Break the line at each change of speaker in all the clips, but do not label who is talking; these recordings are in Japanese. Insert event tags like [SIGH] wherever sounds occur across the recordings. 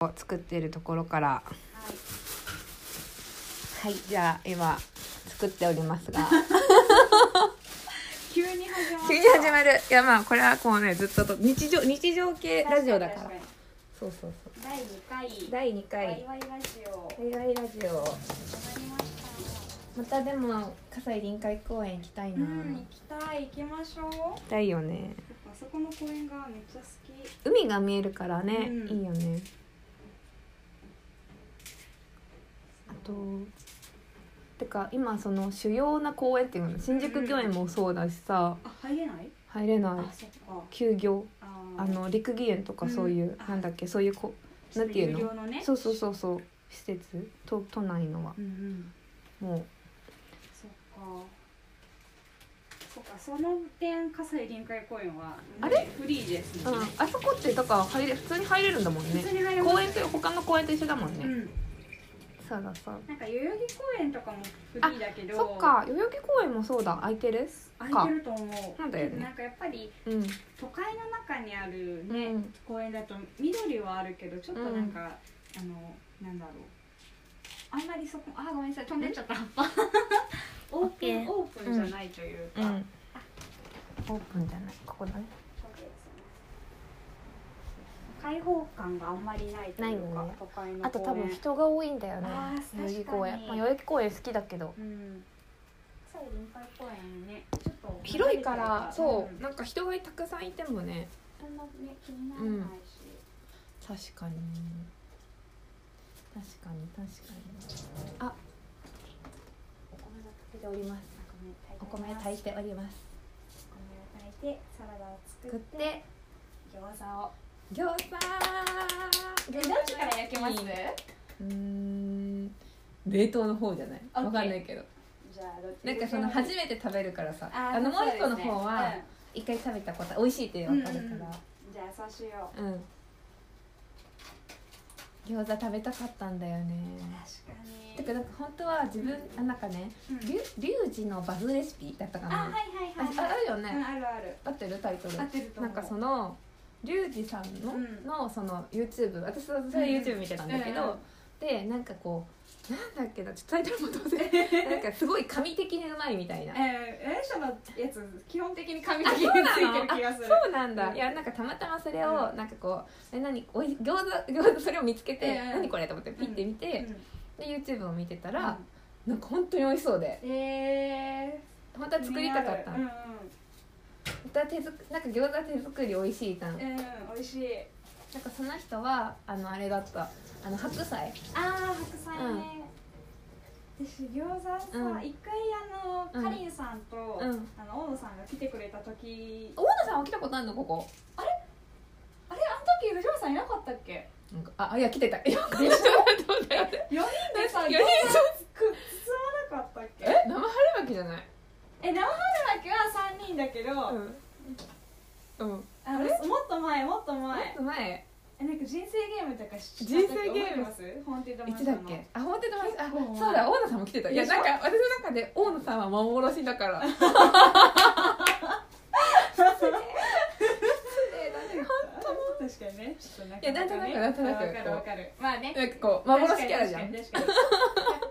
を作ってるところからはいじゃあ今作っておりますが
急に始まった
[LAUGHS] 急に始まるいやまあこれはこうねずっとと日常日常系ラジオだから
確に
そうそうそ
確かに第2
う
回
第2
ワイ
回
ワイラジオ
海外ラジオ
始まりました
またでも葛西臨海公園行きたいな、
うん行きたい行きましょう
行きたいよね
あそこの公園がめっちゃ好き
海が見えるからね、
うん
いいよねあとてか今その主要な公園っていうの新宿御苑もそうだしさ
あ入れない
入れない
あそっか
休業
あー
あの陸義園とかそういう、
うん
なんだっけそういうこなんていうの
有料のね
そうそうそうそう施設都都内のは
うんうん
も
そっかそっかその点葛西臨海公園は
あれ
フリーです
う、
も
うんん
ね、
あそこってだから入れ普通に入れるんだもんね
普通に入れます
公園と他の公園と一緒だもんね、
うん
そうだそう
なんか代々木公園とかもフリーだけど
そっか代々木公園もそうだ空いてる
空いてると思う
なんだよね
なんかやっぱり
うん
都会の中にあるね、
うん
公園だと緑はあるけどちょっとなんか、あのなんだろうあんまりそこあごめんなさい飛んで
[LAUGHS]
っちゃった葉っぱオープン、
OK
オープンじゃないというか、
うんオープンじゃないここだね
開放感があんまりないというか、
ないよね
都会の公園
あと多分人が多いんだよね
あー
代々木
確かに
公園、まあ、代々木公園好きだけど
うんそう臨海公園ねちょっと
広いからそう、
ん
なんか人がたくさんいてもね
そんなね気にならないし、
確かに確かに確かにあお米が炊いておりますお
お米
米
を
を
炊
炊
い
いて
てお米を
おります
炊いてサラダを作
作
っ
ってて
餃子を
餃子
えどっちから焼きますじ
うーん冷凍の方じゃないわ
OK
かんないけど
ゃあどっち
なんかその初めて食べるからさあのもう一個の方は一回食べたこと美味しいってわかるから
じゃあそうしよう
うん、餃子食べたかったんだよね
確かに
てかなんか本当は自分あなんかねリュリュウジのバズレシピだったか
あ
な
はいはいはい
ああるよ
うん
ね
ある
[LAUGHS]
ある
合ってるタイトル
合ってると
な
思う
か
ん
そのリュウジさんの,、
うん
のその YouTube 私はそれ YouTube 見てたんだけど、
うんうん
でなんかこうなんだっけなちょっとタイトルも当
[LAUGHS]
然なんかすごい神的にうまいみたいな
えー、A 社のやつ基本的に紙的についてる気がする
そうなんだ、
うん
いやなんかたまたまそれ
う
をなんかこう「え何おい餃子餃子それを見つけて、
うん
何これ?」と思ってピッて見て、で YouTube を見てたら、
うん
なんか本当に美味しそうで
え
本当
ー
は作りたかったの
うんうん
本当は手作なんか餃子手作り美味しいじゃん、
うん美味しい
なんかその人はあのあれだったあの白菜
ああ白菜ね、私餃子さ、
うん
一回あ
う
の
ん
かりんさんと、
うん
あの大野さんが来てくれた時
大野さんは来たことあるのここ
あれあの時藤原さんいなかったっけ
なんかああいや来てたいやこの
でしょ
人だと思ったよね
四人でさ
四
餃
人
子く包まなかったっけ
え生春巻きじゃない
え生春巻きは三人だけど、
うんうん
あのもっと前もっと前
前前
えなんか人生ゲームとか知って
人生ゲーム
ます本当に
いつだっけ
[LAUGHS]
あ本当だあ
結構前
そうだ大野さんも来てたいや
でし
な
ょ
んか私の中で大野さんは幻だ [LAUGHS] から失礼だね
確かにねちょっとなん
いやなんとなくなんとなく
わかるわかるまあね
なんかこう幻キャラじゃん
確かに確かに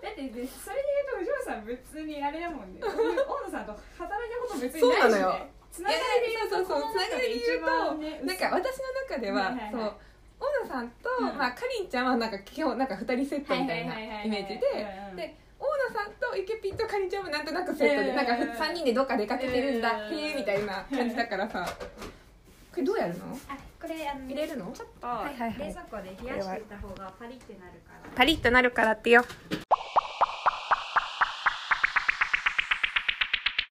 だってでそれで言うと藤本さん別にあれだもんね大野さんと働いたこと別にないし、
そ
ね、
うなのよ
つながりで言うと
そうそうそう
この中で一番ね
なんか私の中では、
はいはいはい
そう大野さんと、
うん
まあかりんちゃんはなんか基本なんか二人セットみたい
はいはいはいはいは
ないイメージで
うんうん
で大野さんとイケピンとかりんちゃんもなんとなくセットで、
うん
なんか三人でどっか出かけてるんだ、
うん
へえみたいな感じだからさ、これどうやるの
あこれあの
入れるの
ちょっと
はいはいはい
冷蔵庫で冷やしていた方がパリってなるから
パリッとなるからってよ